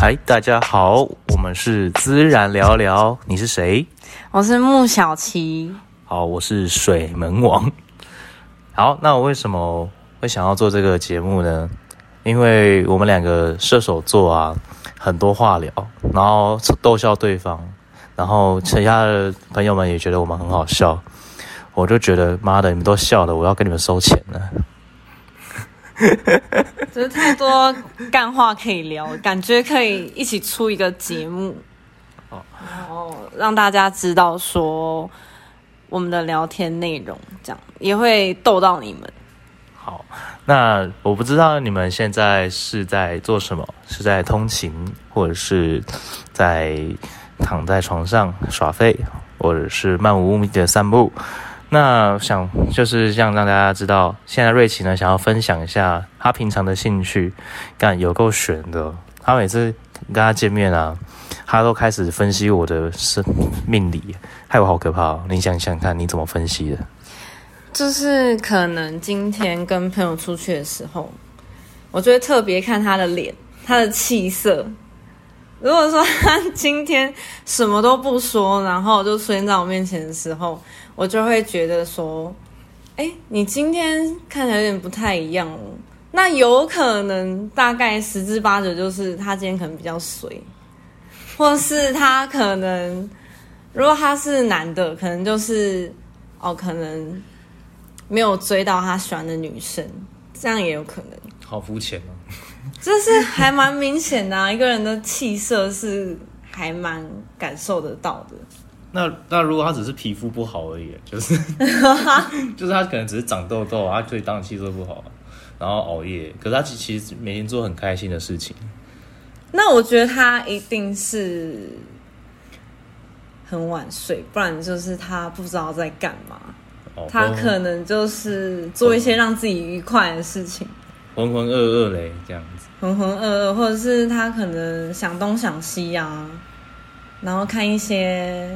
嗨，大家好，我们是自然聊聊，你是谁？我是穆小琪，好，我是水门王。好，那我为什么会想要做这个节目呢？因为我们两个射手座啊，很多话聊，然后逗笑对方，然后其他的朋友们也觉得我们很好笑，我就觉得妈的，你们都笑了，我要跟你们收钱了。就是太多干话可以聊，感觉可以一起出一个节目，然后让大家知道说我们的聊天内容，这样也会逗到你们。好，那我不知道你们现在是在做什么，是在通勤，或者是在躺在床上耍废，或者是漫无目的的散步。那想就是想让大家知道，现在瑞奇呢想要分享一下他平常的兴趣，干有够悬的。他每次跟他见面啊，他都开始分析我的生命理，害我好可怕、哦。你想想看，你怎么分析的？就是可能今天跟朋友出去的时候，我就会特别看他的脸，他的气色。如果说他今天什么都不说，然后就出现在我面前的时候，我就会觉得说，哎，你今天看起来有点不太一样哦。那有可能大概十之八九就是他今天可能比较随，或是他可能如果他是男的，可能就是哦，可能没有追到他喜欢的女生，这样也有可能。好肤浅哦。就是还蛮明显的、啊，一个人的气色是还蛮感受得到的。那那如果他只是皮肤不好而已，就是 就是他可能只是长痘痘啊，他所以当然气色不好啊，然后熬夜。可是他其其实每天做很开心的事情，那我觉得他一定是很晚睡，不然就是他不知道在干嘛。哦、他浑可能就是做一些让自己愉快的事情，浑浑噩噩嘞这样子。浑浑噩噩，或者是他可能想东想西啊，然后看一些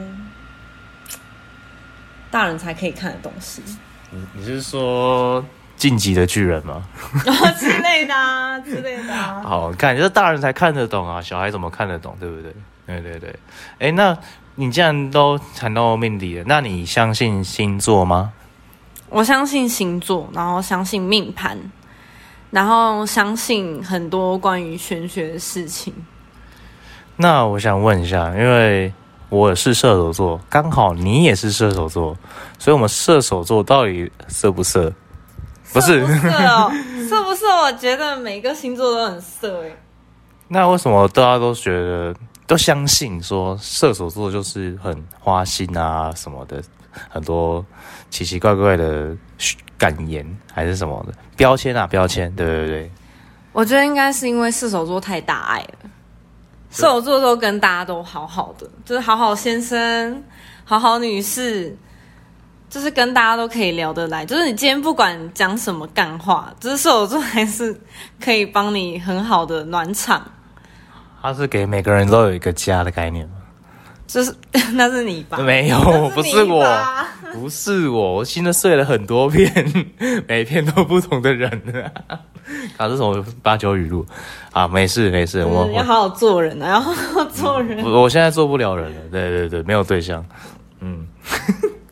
大人才可以看的东西。你你是说晋级的巨人吗？然后之类的啊， 之类的啊。好看，就是大人才看得懂啊，小孩怎么看得懂，对不对？对对对。哎，那你既然都谈到命理了，那你相信星座吗？我相信星座，然后相信命盘，然后相信很多关于玄学的事情。那我想问一下，因为我是射手座，刚好你也是射手座，所以我们射手座到底色不色？不是色不色 哦，色不色？我觉得每个星座都很色哎。那为什么大家都觉得都相信说射手座就是很花心啊什么的，很多奇奇怪怪的感言还是什么的标签啊标签，对对对，我觉得应该是因为射手座太大爱了，射手座都跟大家都好好的，就是好好先生、好好女士，就是跟大家都可以聊得来。就是你今天不管讲什么干话，就是射手座还是可以帮你很好的暖场。他是给每个人都有一个家的概念吗？就是 那 是你吧？没有，不是呃我那你，吧 不是我，我心都碎了很多片， 每片都不同的人 啊。啊，这是我八九语录啊，没事没事，我嗯要我好好做人啊，要好好做人。我我现在做不了人了，对对对，没有对象，嗯。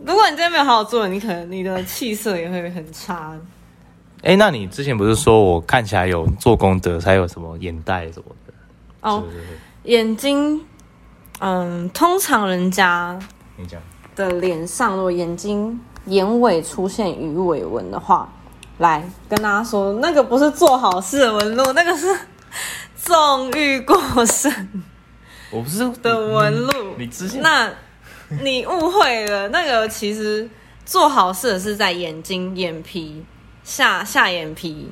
如果你真的没有好好做人，你可能你的气色也会很差。哎，那你之前不是说我看起来有做功德，才有什么眼袋什么的？哦是不是眼睛，嗯，通常人家你讲的脸上，如果眼睛眼尾出现鱼尾纹的话，来跟大家说，那个不是做好事的纹路，那个是 纵欲过剩我不是的纹路。嗯你之前那你误会了，那个其实做好事的是在眼睛、眼皮下下眼皮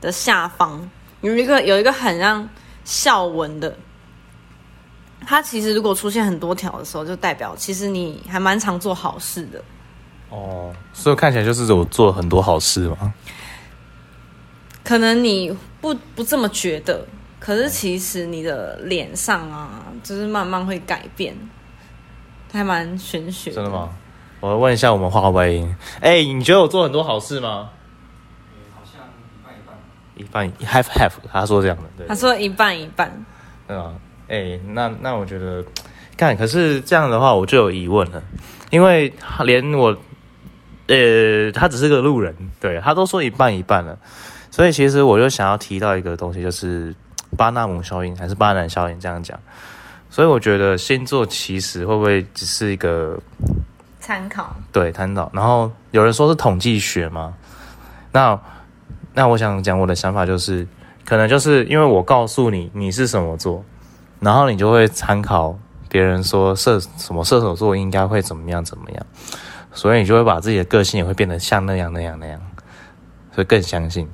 的下方有一个有一个很像笑纹的。它其实如果出现很多条的时候，就代表其实你还蛮常做好事的。哦，所以我看起来就是我做了很多好事 嘛。可能你不不这么觉得，可是其实你的脸上啊，就是慢慢会改变，还蛮玄学。真的？吗？我问一下我们花花白银，哎，你觉得我做很多好事吗？一半一 half half，他说这样的，对他说一半一半，对啊，哎、那那我觉得，干，可是这样的话我就有疑问了，因为连我，呃，他只是个路人，对他都说一半一半了，所以其实我就想要提到一个东西，就是巴纳姆效应还是巴南效应这样讲，所以我觉得星座其实会不会只是一个参考。对，探讨。然后有人说是统计学嘛，那那我想讲我的想法就是，可能就是因为我告诉你你是什么座，然后你就会参考别人说射什么射手座应该会怎么样怎么样，所以你就会把自己的个性也会变得像那样那样那样，所以更相信。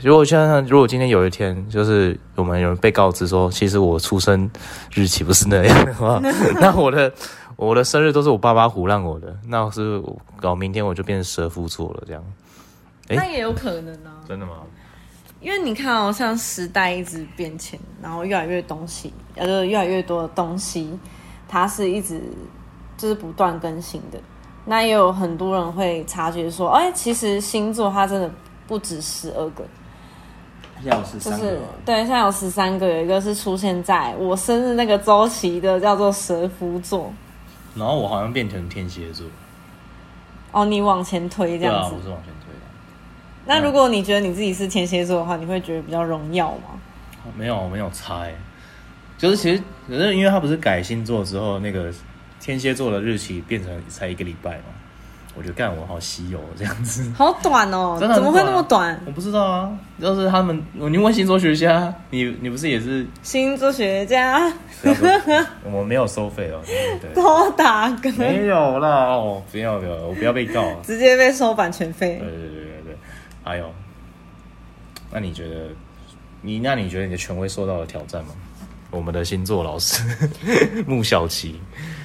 如果像如果今天有一天，就是我们有人被告知说，其实我出生日期不是那样的话，那我的我的生日都是我爸妈胡乱我的，那是我搞明天我就变成蛇夫座了，这样诶那也有可能啊，真的吗？因为你看哦，像时代一直变迁，然后越来越东西，呃，就是越来越多的东西，它是一直就是不断更新的。那也有很多人会察觉说，哎、其实星座它真的不止十二个，要是就是对，现在有十三个，有一个是出现在我生日那个周期的，叫做蛇夫座。然后我好像变成天蝎座，啊哦，你往前推这样子。是往前推的，那啊如果你觉得你自己是天蝎座的话，你会觉得比较荣耀吗？没有没有差欸就是其实可是因为他不是改星座之后，那个天蝎座的日期变成才一个礼拜嘛，我觉得干我好稀有哦这样子。好短哦，真的很怎么会短那么短？我不知道啊，要是他们，你问星座学家，你你不是也是？星座学家我没有收费哦， 对， 多打嗝，没有啦，哦，不要不要，我不要被告啊。直接被收版权费对。对对对对，还有，那你觉得你那你觉得你的权威受到了挑战吗？我们的星座老师穆小琪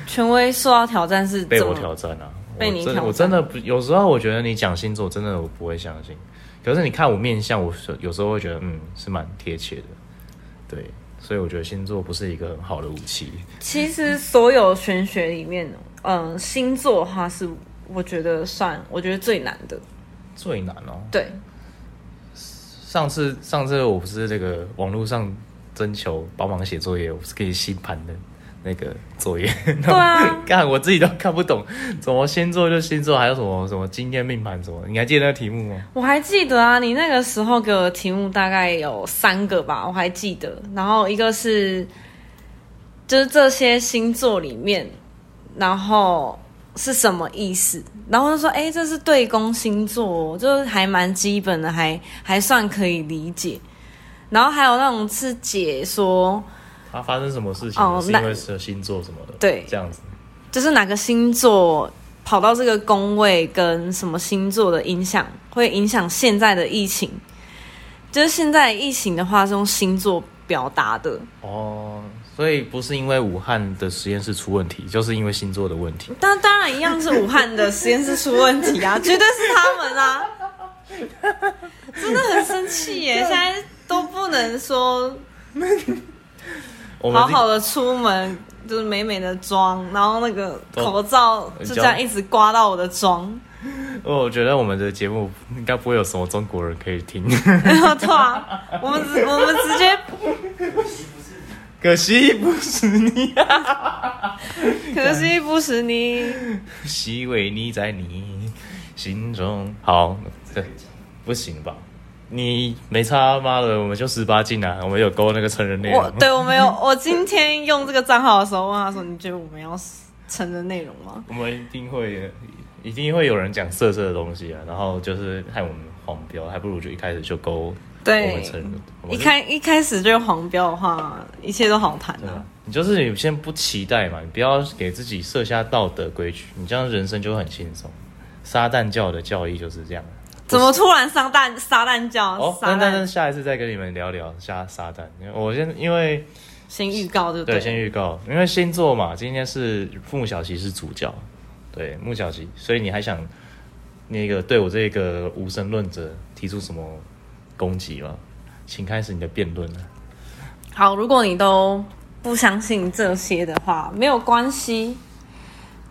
权威受到挑战是被怎我么？挑战啊，被我你真挑我真的不有时候我觉得你讲星座真的我不会相信，可是你看我面相，我是有时候会觉得嗯是蛮贴切的，对，所以我觉得星座不是一个很好的武器，其实所有玄学里面，嗯，星座它是我觉得算我觉得最难的。最难哦。对，上次上次我不是那个网络上征求帮忙写作业，我是可以新盘的那个作 业，对啊， 干我自己都看不懂，怎么星座就星座，还有什么什么今天命盘什么？你还记得那个题目吗？我还记得啊，你那个时候给我的题目大概有三个吧，我还记得。然后一个是，就是这些星座里面，然后是什么意思？然后就说，哎，这是对宫星座哦，就是还蛮基本的，还还算可以理解。然后还有那种是解说，它发生什么事情？哦是那因为是星座什么的？对这样子。就是哪个星座跑到这个宫位，跟什么星座的影响，会影响现在的疫情。就是现在疫情的话，是用星座表达的，哦，所以不是因为武汉的实验室出问题，就是因为星座的问题。但当然一样是武汉的实验室出问题啊，绝对是他们啊！真的很生气耶，现在都不能说我们好好的出门，就是美美的妆，然后那个都口罩就这样一直刮到我的妆。 我觉得我们的节目应该不会有什么中国人可以听， 然后对啊，我们直我们直接可惜不是你、啊， 可惜不是你。习为你在你心中。好，这不行吧？你没差，妈的，我们就十八禁啊，我们有勾那个成人内容我。对我没有，我今天用这个账号的时候问他说：“你觉得我们要成人内容吗我们一定会，一定会有人讲色色的东西啊，然后就是害我们黄标，还不如就一开始就勾我？”们对，成人。我们一是开一开始就黄标的话，一切都好谈对啊啊。你就是你先不期待嘛，你不要给自己设下道德规矩，你这样人生就会很轻松。撒旦教的教义就是这样。怎么突然上蛋撒蛋教？哦，撒那那那蛋下一次再跟你们聊聊下撒旦。因为我先因为先预告就对对，先预告，因为星座嘛，今天是木小琪是主角，对木小琪，所以你还想那个对我这个无神论者提出什么攻击吗？请开始你的辩论啊了。好，如果你都不相信这些的话，没有关系，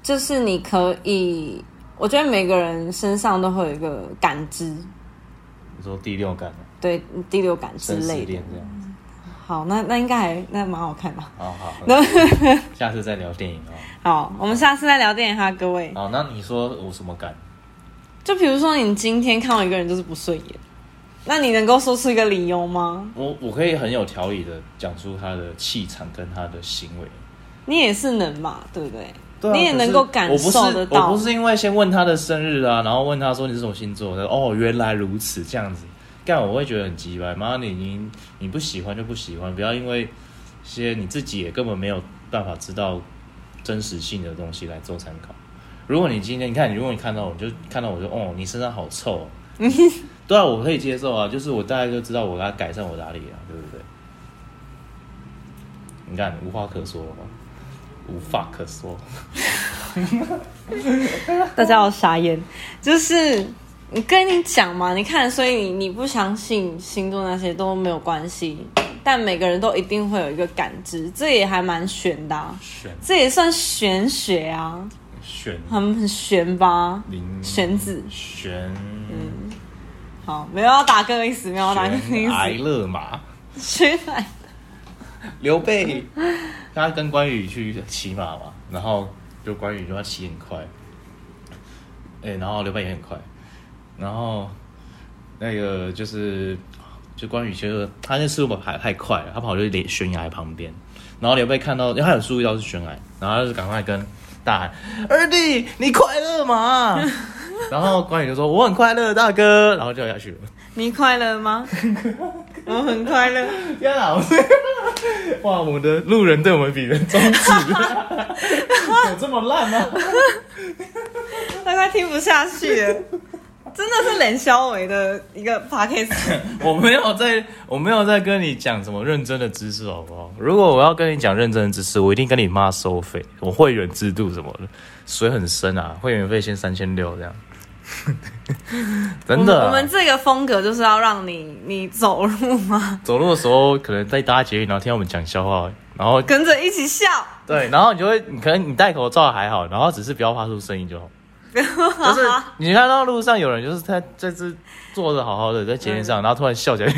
就是你可以，我觉得每个人身上都会有一个感知，你说第六感、啊对第六感之生死类的恋。这样，好，那那应该还那蛮好看吧。好好，那下次再聊电影哦。好，我们下次再聊电影哈，各位。好，那你说我什么感？就比如说你今天看到一个人就是不顺眼，那你能够说出一个理由吗？我我可以很有条理的讲出他的气场跟他的行为。你也是能嘛，对不对？对啊你也能够感受得可是我不是。我到不。是因为先问他的生日啊，然后问他说你是什么星座的，哦，原来如此，这样子，干我会觉得很鸡掰。妈，你你你不喜欢就不喜欢，不要因为一些你自己也根本没有办法知道真实性的东西来做参考。如果你今天你看，如果你看到我，你就看到我就哦，你身上好臭、哦。对啊，我可以接受啊，就是我大概就知道我该改善我哪里啊，对不对？你看无话可说了吧，无话可说。大家要傻眼，就是你跟你讲嘛，你看，所以你你不相信星座那些都没有关系，但每个人都一定会有一个感知，这也还蛮玄的、啊，选这也算玄学啊，选很很玄吧？零玄子，选嗯好，没有要打各位死，没有要打各位选癌死，勒马，玄来 刘备他跟关羽去骑马嘛，然后就关羽就要骑很快，哎、然后刘备也很快，然后那个就是就关羽就是他那速度跑太快了，他跑就是连悬崖旁边，然后刘备看到，因哎为他有注意到是悬崖，然后他就赶快跟大喊：“二弟，你快乐吗？”然后关羽就说：“我很快乐，大哥。”然后掉下去了。你快乐吗？我很快乐，天啊！我们哇，我们的路人对我们比人中 指，有这么烂吗？大概听不下去了，真的是冷肖伟的一个 p o d c a s t 我没有在，我没有在跟你讲什么认真的知识，好不好？如果我要跟你讲认真的知识，我一定跟你妈收费，我会员制度什么的，水很深啊，会员费先三千六这样， 真的啊、我们我们这个风格就是要让你你走路吗？走路的时候，可能在搭捷运，然后听到我们讲笑话，然后跟着一起笑，对，然后你就会，你可能你戴口罩还好，然后只是不要发出声音就好。就是啊你看到路上有人，就是他就是坐着好好的在捷运嗯上，然后突然笑 起来，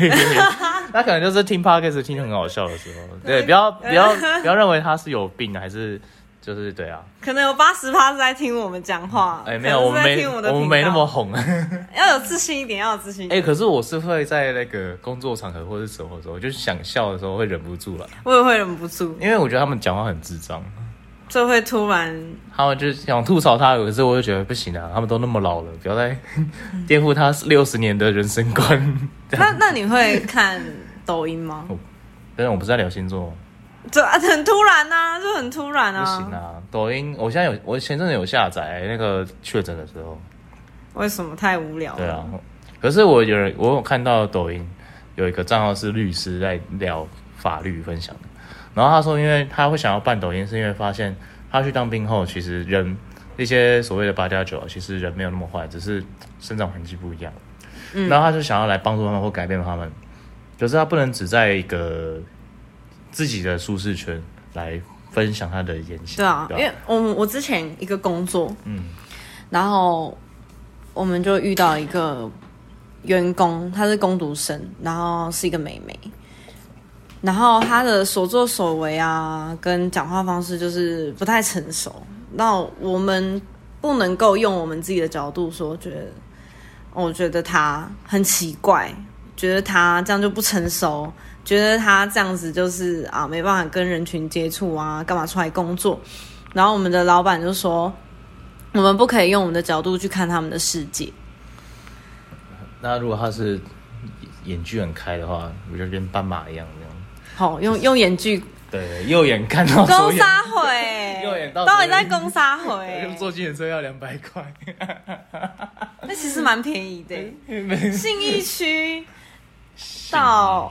他可能就是听 podcast 听得很好笑的时候。对，不要不要不要认为他是有病，还是就是对啊。可能有八十趴是在听我们讲话，哎、没有，我可能们没是在听我们的我们频没那道么红。 要有自信一点，要有自信一哎、点。可是我是会在那个工作场合或者什么时候，就是想笑的时候会忍不住了，我也会忍不住，因为我觉得他们讲话很智障。就会突然他们就是想吐槽他，可是我就觉得不行啊，他们都那么老了，不要再 嗯颠覆他六十年的人生观。 那那你会看抖音吗？但是我不是在聊星座，就啊，很突然呐、就很突然不行啊，抖音我现在有，我前阵子有下载那个确诊的时候，为什么太无聊了？对啊，可是我有人我有看到抖音有一个账号是律师在聊法律分享的，然后他说，因为他会想要办抖音，是因为发现他去当兵后，其实人一些所谓的八加九，啊其实人没有那么坏，只是生长环境不一样。嗯然后他就想要来帮助他们或改变他们，可是他不能只在一个自己的舒适圈来分享他的言行。对啊，因吧为我们我之前一个工作，嗯然后我们就遇到一个员工，她是工读生，然后是一个美眉，然后她的所作所为啊，跟讲话方式就是不太成熟。那我们不能够用我们自己的角度说，觉得哦我觉得她很奇怪，觉得她这样就不成熟，觉得她这样子就是啊没办法跟人群接触啊，干嘛出来工作？然后我们的老板就说，我们不可以用我们的角度去看他们的世界。那如果他是眼距很开的话，我就跟斑马一样这样。好，用用眼距对，右眼看 到哦左攻眼，杀回，右眼到到左底眼在攻杀坐回？计程车要两百块。那其实蛮便宜的。信义区到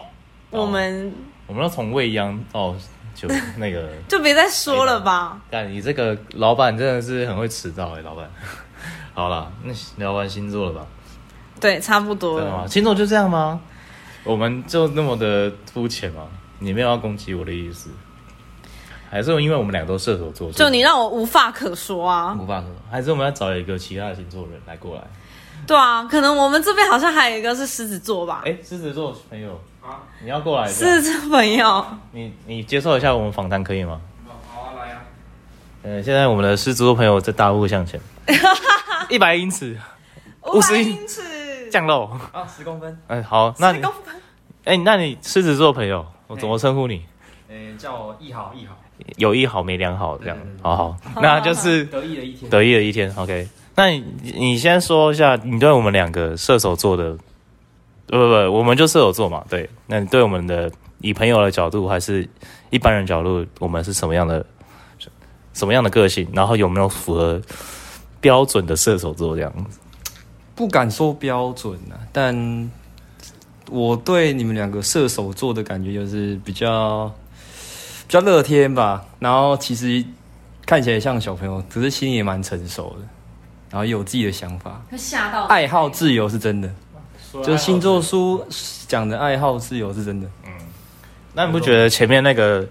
我们我们要从未央到就那个，就别再说了吧。但你这个老板真的是很会迟到哎、老板。好了，那聊完星座了 吧？对，差不多真的吗？了。星座就这样吗？我们就那么的肤浅吗？你没有要攻击我的意思，还是因为我们俩都射手座，就你让我无话可说啊！无法可，还是我们要找一个其他的星座人来过来？对啊，可能我们这边好像还有一个是狮子座吧，哎，狮子座朋友，啊，你要过来一下狮子座朋友，你你接受一下我们访谈可以吗？好好啊，来啊，呃，现在我们的狮子座朋友在大步向 前，一百英尺五50百英英尺，降落。 啊，十公分，哎，好，那你10公分哎，那你狮子座朋友，我怎么称呼你？嗯，叫我一好一好，有一好没两好这样对对，对好好，那就是得意的一天，得意的一天。OK，那你你先说一下你对我们两个射手座的，不不不，我们就射手座嘛，对。那你对我们的以朋友的角度，还是一般人角度，我们是什么样的什么样的个性？然后有没有符合标准的射手座这样子？不敢说标准啊，但我对你们两个射手座的感觉就是比较比较乐天吧，然后其实看起来像小朋友，可是心里也蛮成熟的，然后也有自己的想法，会吓到爱好自由是真的，就是星座书讲的爱好自由是真的。那你不觉得前面那个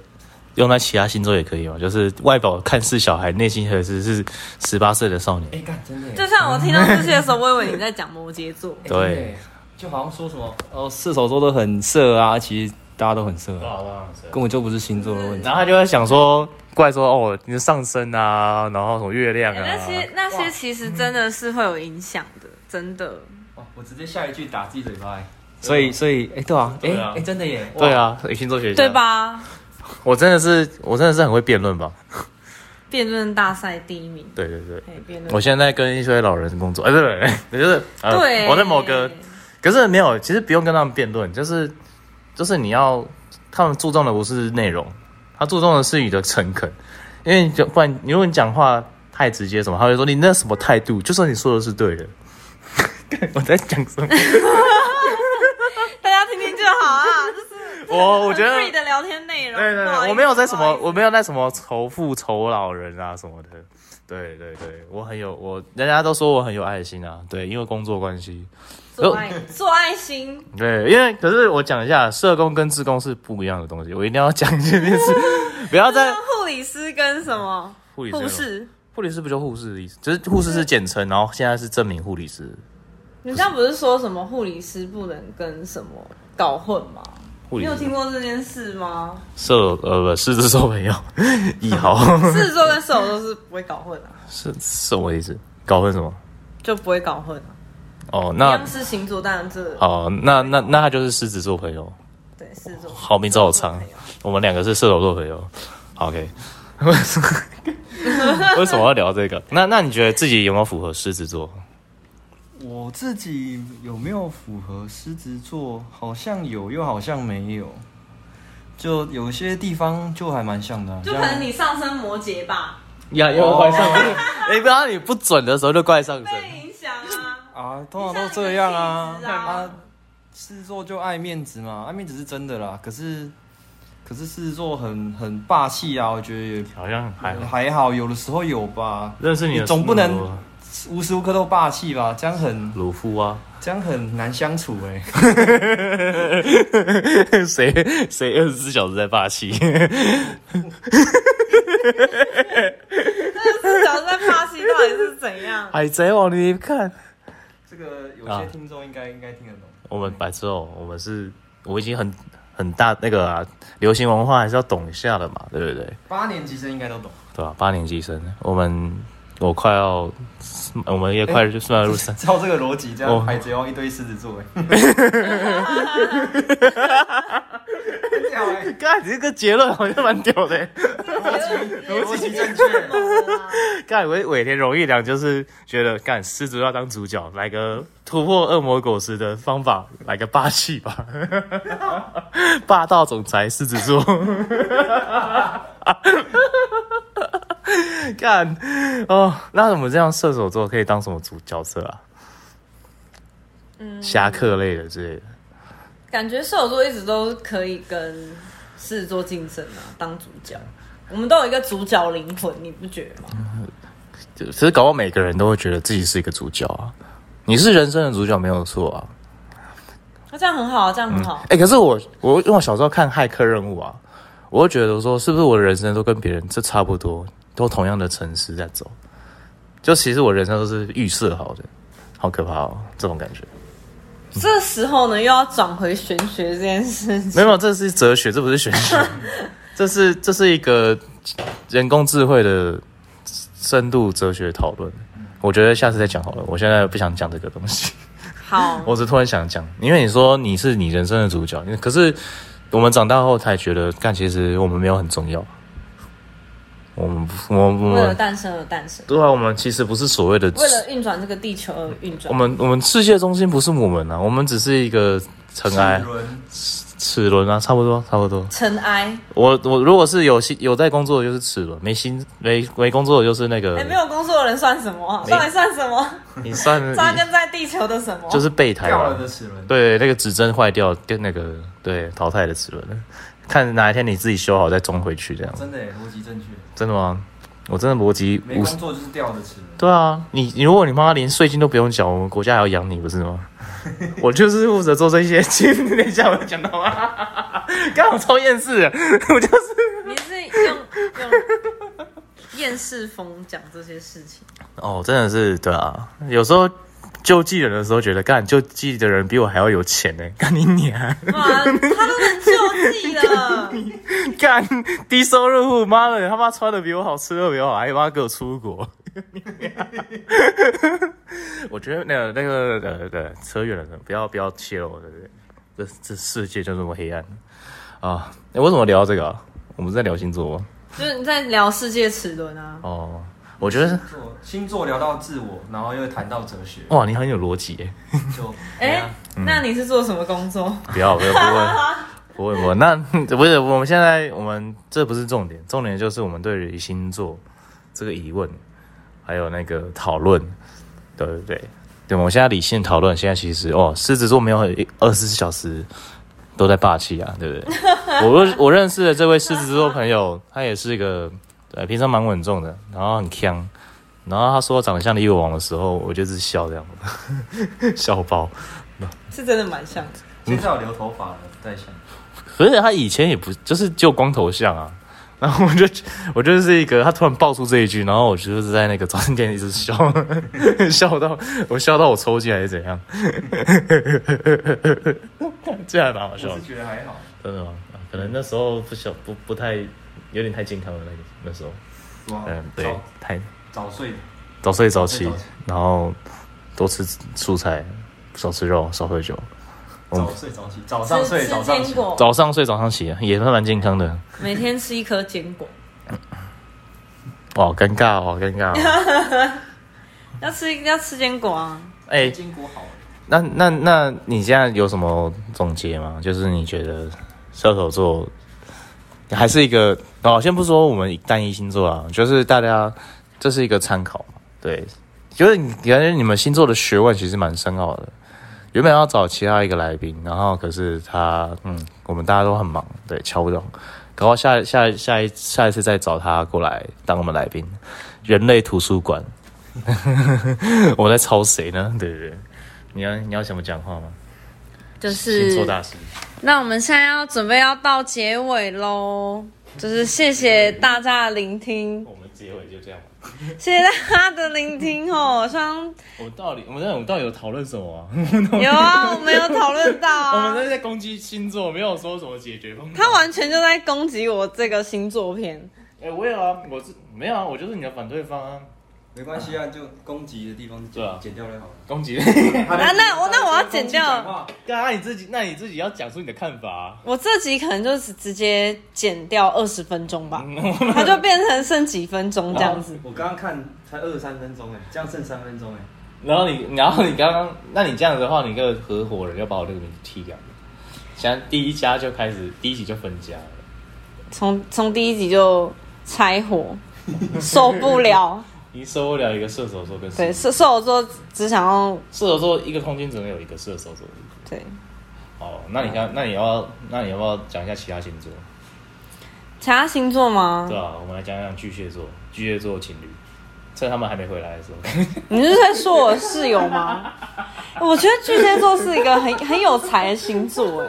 用在其他星座也可以吗？就是外表看似小孩，内心可是是十八岁的少年。哎、干真的耶就像我听到这些的时候，我以为你在讲摩羯座，哎真的耶就好像说什么哦，射手座都很色啊，其实大家都很色、啊，根本就不是星座的问题。然后他就会想说，怪说哦，你的上升啊，然后什么月亮啊，哎那些那些其实真的是会有影响的，真的。嗯哇，哦我直接下一句打自己嘴巴，哎所以，所以，哎、对啊，哎、哎啊哎，真的耶，哇对，啊，星座学家对？吧？我真的是，我真的是很会辩论吧？辩论大赛第一名，对对对，哎，辩论我现在跟一些老人工作，哎，对对对，就是、呃对，我在某个，可是没有，其实不用跟他们辩论，就是就是你要，他们注重的不是内容，他注重的是你的诚恳，因为你就不然，你如果你讲话太直接什么，他会说你那什么态度，就算你说的是对的， 我在讲什么？ 大家听听就好啊，这是我我觉得 很 free 的聊天内容。对对不好意对，思我没有在什么，不好意我没有在什么仇富仇老人啊什么的。对对对，我很有我，人家都说我很有爱心啊。对，因为工作关系。思做爱做爱心， 对，因为可是我讲一下，社工跟志工是不一样的东西，我一定要讲这件 事，不要再跟护理师跟什么护理师护士，护理师不就护士的意思，只是护士是简称，然后现在是证明护理师。你刚不是说什么护理师不能跟什么搞混吗？护你理有师听过这件事吗？社呃不狮子座朋友， 一号狮子座跟射手座是不会搞混的、啊，是什么意思？搞混什么？就不会搞混、啊。哦，一 那样是星座，当然这哦那那那他就是狮子座朋友。对狮子座好名字好长，我们两个是射手座朋友。好 OK，为什么要聊这个？那那你觉得自己有没有符合狮子座？我自己有没有符合狮子座？好像有，又好像没有。就有些地方就还蛮像的啊、就可能你上升摩羯吧，呀，有怪上升，哦 你不要你不准的时候就怪上升。被影响啊。像啊，通常都这样啊你。像你的啊，狮子座就爱面子嘛，啊爱面子是真的啦。可是，可是狮子座很很霸气啊，我觉得也好像还好，还好，有的时候有吧。认识你的你总不能狮子座无时无刻都霸气吧，这样很鲁夫啊？这样很难相处哎、 谁谁二十四小时在霸气？ 这小时在巴西到底是怎 样？海贼王，你看这个有啊些听众应该应该听得懂。我们白痴哦，我们是我已经很很大那个啊，流行文化还是要懂一下的嘛，对不对？八年级生应该都懂。对吧、八年级生，我们我快要，我们也快就算入三。照这个逻辑，这哦样海贼王一堆狮子欸座，哎，很屌欸哎， 干，你这个结论好像蛮屌的。逻辑正确。干，尾尾田荣一良就是觉得干狮子要当主角，来个突破恶魔果实的方法，来个霸气吧， 霸道总裁狮子座。 干哦，那我们这样射手座可以当什么主角色啊？嗯侠客类的之类的。感觉射手座一直都可以跟狮子座竞争啊，当主角。我们都有一个主角灵魂，你不觉得吗？就其实搞不好每个人都会觉得自己是一个主角啊，你是人生的主角没有错啊。那这样很好啊，这样很好。哎、可是我我因为我小时候看《骇客任务》啊，我会觉得说是不是我的人生都跟别人这差不多，都同样的城市在走，就其实我人生都是预设好的，好可怕哦，这种感觉。这时候呢，又要转回玄学这件事情。没有，这是哲学，这不是玄学，这是这是一个人工智慧的深度哲学讨论。我觉得下次再讲好了，我现在不想讲这个东西。好，我只是突然想讲，因为你说你是你人生的主角，可是我们长大后才觉得，干其实我们没有很重要。我们不我们我为了们诞生而诞生，对啊，我们其实不是所谓的为了运转这个地球而运转我。们我们世界中心不是我们啊，我们只是一个尘埃齿轮齿轮啊，差不多差不多。尘埃，我我如果是有薪有在工作的就是齿轮，没薪没没工作的就是那个，哎，没有工作的人算什么啊？没到底算什么？你算扎根在地球的什么？就是备胎掉吧了？的齿轮，对，那个指针坏掉跟那个对淘汰的齿轮，看哪一天你自己修好再装回去这样。真的耶逻辑正确，真的吗？我真的逻辑没无工。作就是掉的齿轮。对啊，你你如果你妈连税金都不用缴，我们国家还要养你不是吗？ 我就是负责做这些，等一下我讲到吗？ 刚好超厌世的，我就是你是用用厌世风讲这些事情，哦，真的是对啊，有时候救济人的时候觉得，干救济的人比我还要有钱呢、干你娘，哇，他都能救济了，干低收入户，妈的他妈穿的比我好，吃的比我好，还他妈给我出国。 我觉得那个那个呃对，扯远了，不要不要泄露，对不对？这这世界就这么黑暗啊！哎、为什么聊到这个、啊？我们在聊星座吗就是你在聊世界齿轮啊。哦，我觉得星座星座聊到自我，然后又谈到哲 学，哇，你很有逻辑耶。就哎、那你是做什么工作？不要，不要，不问，不问，不问。那不是我们现在，我们这不是重点，重点就是我们对于星座这个疑问，还有那个讨论，对对对，对。我们现在理性讨论，现在其实哦，狮子座没有二十四小时都在霸气啊，对不对？ 我认我认识的这位狮子座朋友，他也是一个呃平常蛮稳重的，然后很强。然后他说长得像李友王的时候，我就是笑这样， 笑爆。是真的蛮像的。现在有留头发了，在想可是他以前也不就是就光头像啊， 然后我就我就是一个他突然爆出这一句，然后我就是在那个早餐店一直笑， 笑到我笑到我抽筋还是怎样， 这还蛮好笑我的是，觉得还好，真的吗？啊可能那时候不小不不太有点太健康了那个那时候，对吧嗯对哦早，太早睡，早睡早起早睡早起，然后多吃蔬菜，少吃肉，少喝酒，我们早睡早起，早上吃睡，吃早上坚起。果，早上睡早上起啊也算蛮健康的。每天吃一颗坚果，哇，好尴尬哦，好尴尬、哦。要吃要吃坚果啊。哎、坚果好耶，那那那你现在有什么总结吗？就是你觉得射手座还是一个哦，先不说我们单一星座啊，就是大家这是一个参考嘛。对，就是你感觉你们星座的学问其实蛮深奥的。原本要找其他一个来宾，然后可是他，嗯，我们大家都很忙，对，敲不动。然后下下下一下一次再找他过来当我们来宾，人类图书馆， 我们在抄谁呢？对对对。你要你要怎么讲话吗？就星是座大师，那我们现在要准备要到结尾喽，就是谢谢大家的聆听，我们结尾就这样吧。谢谢大家的聆听哦。希望我们到底我们在我们到底有讨论什么啊？有啊，我没有讨论到 我们啊，在在攻击星座，没有说什么解决方法。他完全就在攻击我这个星座片。哎、我有啊，我是没有啊，我就是你的反对方啊，没关系啊，就攻击的地方对啊剪剪掉就好了。攻 击。啊那我那我要剪掉攻击讲话刚刚你自己，那你自己要讲出你的看法、啊。 我这集可能就只直接剪掉二十分钟吧，它就变成剩几分钟这样子。我刚刚看才二十三分钟哎，这样剩三分钟哎，然后你，然后你刚刚，那你这样子的话，你跟合伙人要把我这个名字踢掉。现在第一家就开始，第一集就分家了。从从第一集就拆伙，受不了。你受不了一个射手座跟对，射射射手座只想要射手座一个空间只能有一个射手座。对，哦，那你嗯看，那你要不要，那你要不要讲一下其他星座？其他星座吗对？啊，我们来讲讲巨蟹座，巨蟹座情侣，趁他们还没回来的时候。 你是在说我室友吗？我觉得巨蟹座是一个很很有才的星座，哎，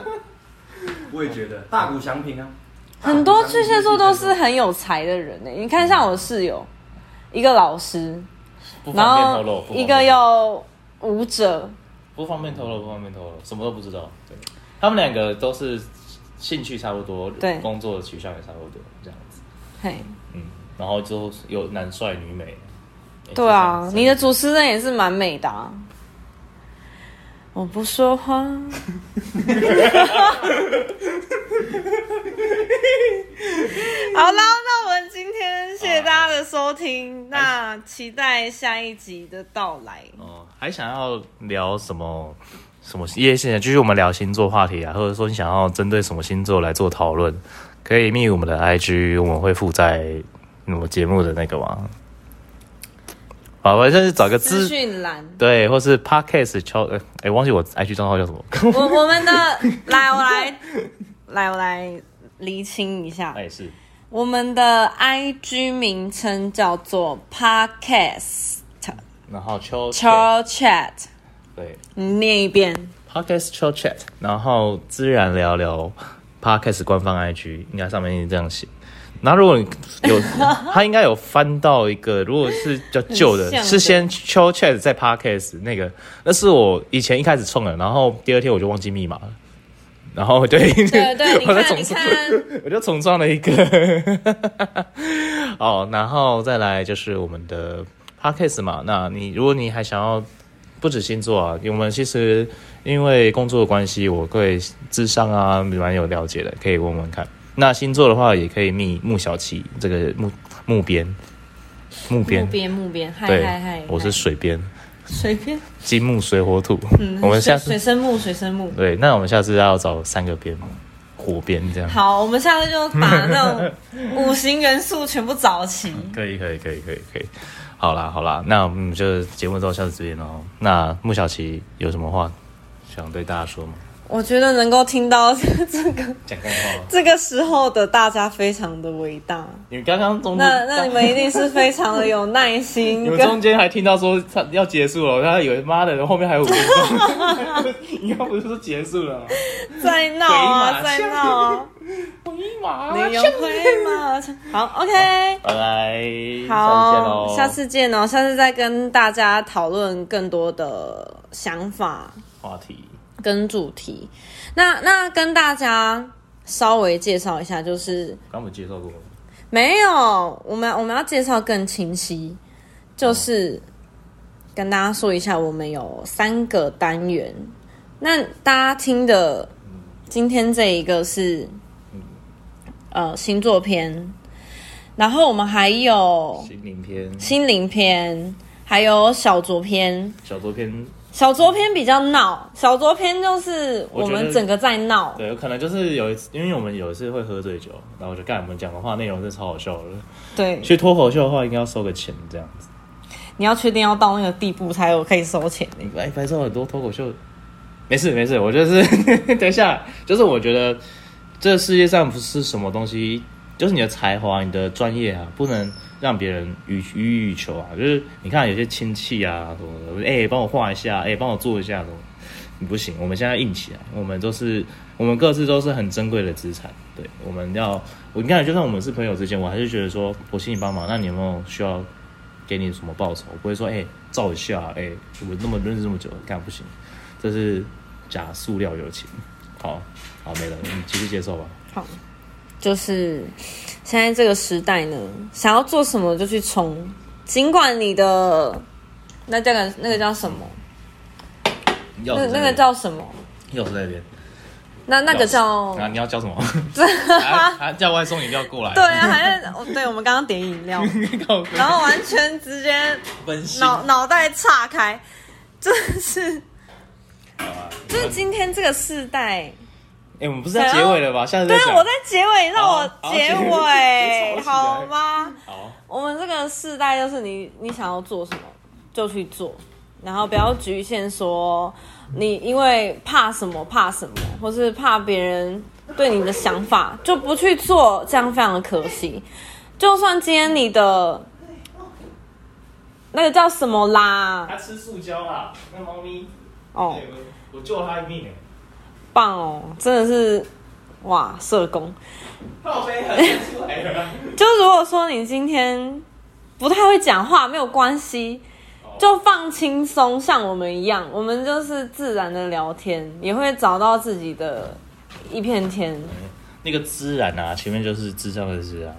我也觉得大鼓祥平啊，很多巨蟹座都是很有才的人哎。你看，像我室友，一个老师，不然方便透露后，不方便一个又舞者，不方便透露，不方便透露，什么都不知道。对，他们两个都是兴趣差不多，对工作的取向也差不多，这样子。嘿，嗯，然后就有男帅女美。诶对是啊这样，子你的主持人也是蛮美的、啊。我不说话， 好啦，那我们今天谢谢大家的收听，那期待下一集的到来。哦，还想要聊什么？什么夜线？继续我们聊星座话题啊，或者说你想要针对什么星座来做讨论，可以密我们的 IG，我们会附在我们节目的那个网。好，我就是找个资资讯栏，对，或是 Podcast 敲，哎、哎忘记我 IG 账号叫什么。 我我们的来，我来，来我来厘清一下，哎，是我们的 IG 名称叫做 Podcast 然后 Chill Chill Chat，对你念一遍。 Podcast Chill Chat，然后自然聊聊 Podcast 官方 IG，应该上面这样写。然后如果你有， 他应该有翻到一个，如果是比较旧的很，像的是先 Chill Chat 再 Podcast 那个，那是我以前一开始创的，然后第二天我就忘记密码了。然后对对对，你我在看，总你是看，我就重装了一个。 哦，然后再来就是我们的 podcast 嘛。那你如果你还想要不止星座啊，我们其实因为工作的关系，我对智商啊蛮有了解的，可以问问看。那星座的话，也可以密穆小琪这个木木边木边木，边木边，嗨对嗨嗨，我是嗨水边，随便，金木水火土。嗯，我们水下次水生木水生木。对，那我们下次要找三个边，火边这样。好，我们下次就把那种五行元素全部 找齐。可以，可以，可以，可以，可以。好啦，好啦，那我们就节目到下次这边喽。那穆小琪有什么话想对大家说吗？我觉得能够听到这个讲干话。这个时候的大家非常的伟大，你刚刚中那那你们一定是非常的有耐心 你们中跟。间还听到说他要结束了，他以为妈的，后面还有五分钟。你刚不是说结束了吗？在闹啊，在闹 啊！你有会吗？好，OK。拜拜，下次见好喽，，下次见哦，下次再跟大家讨论更多的想法话题。跟主题。那那跟大家稍微介绍一下，就是刚不介绍过，没有，我们我们要介绍更清晰，就是、跟大家说一下，我们有三个单元。那大家听的今天这一个是呃星座篇，然后我们还有心灵篇、心灵篇，还有小酌篇。小作篇，小酌篇比较闹，小酌篇就是我我觉得们整个在闹，对，有可能就是有一次，因为我们有一次会喝醉酒，然后我就干，我们讲的话内容是超好笑的。对，去脱口秀的话，应该要收个钱这样子。你要确定要到那个地步才有可以收钱。你白白照很多脱口秀，没事没事，我就是 等一下，就是我觉得这世界上不是什么东西，就是你的才华、你的专业啊，不能让别人予予以求啊。就是你看有些亲戚啊什么的，哎、帮我画一下，哎、帮我做一下什么，你不行，我们现在硬起来，我们都是我们各自都是很珍贵的资产，对，我们要我你看，就算我们是朋友之间，我还是觉得说我请你帮忙，那你有没有需要给你什么报酬？我不会说哎、照一下，哎、我那么认识这么久，干不行，这是假塑料友情。好，好没了，你继续接受吧。好，就是现在这个时代呢，想要做什么就去冲，尽管你的那叫个那个叫什么，钥那匙那个叫什么，钥匙在那边，那那个嗯钥叫匙啊，你要 叫什么？啊啊叫外送饮料过来。对，啊，还是哦对我们刚刚点 饮料，然后完全直接分哎心。脑脑袋岔开，真的是，啊就是今天这个世代。哎、我们不是要结尾了吧？下次再对讲啊，我在结尾，让好我好结结尾尾好吗？好，我们这个世代就是你，你想要做什么就去做，然后不要局限说你因为怕什么怕什么，或是怕别人对你的想法就不去做，这样非常的可惜。就算今天你的那个叫什么啦，它吃塑胶啦，那猫咪，哦，对我我救了它一命哎、棒哦，真的是哇，社工。靠背很出来了。就如果说你今天不太会讲话，没有关系，就放轻松，像我们一样，我们就是自然的聊天，也会找到自己的一片天。 那个自然啊，前面就是智障的智啊，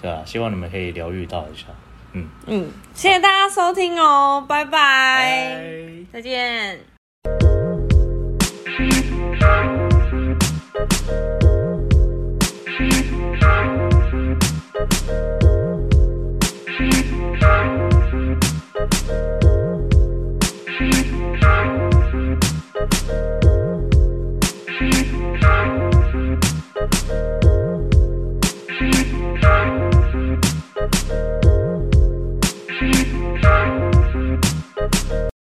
是吧？希望你们可以疗愈到一下。嗯，嗯，谢谢大家收听哦，拜拜，再见。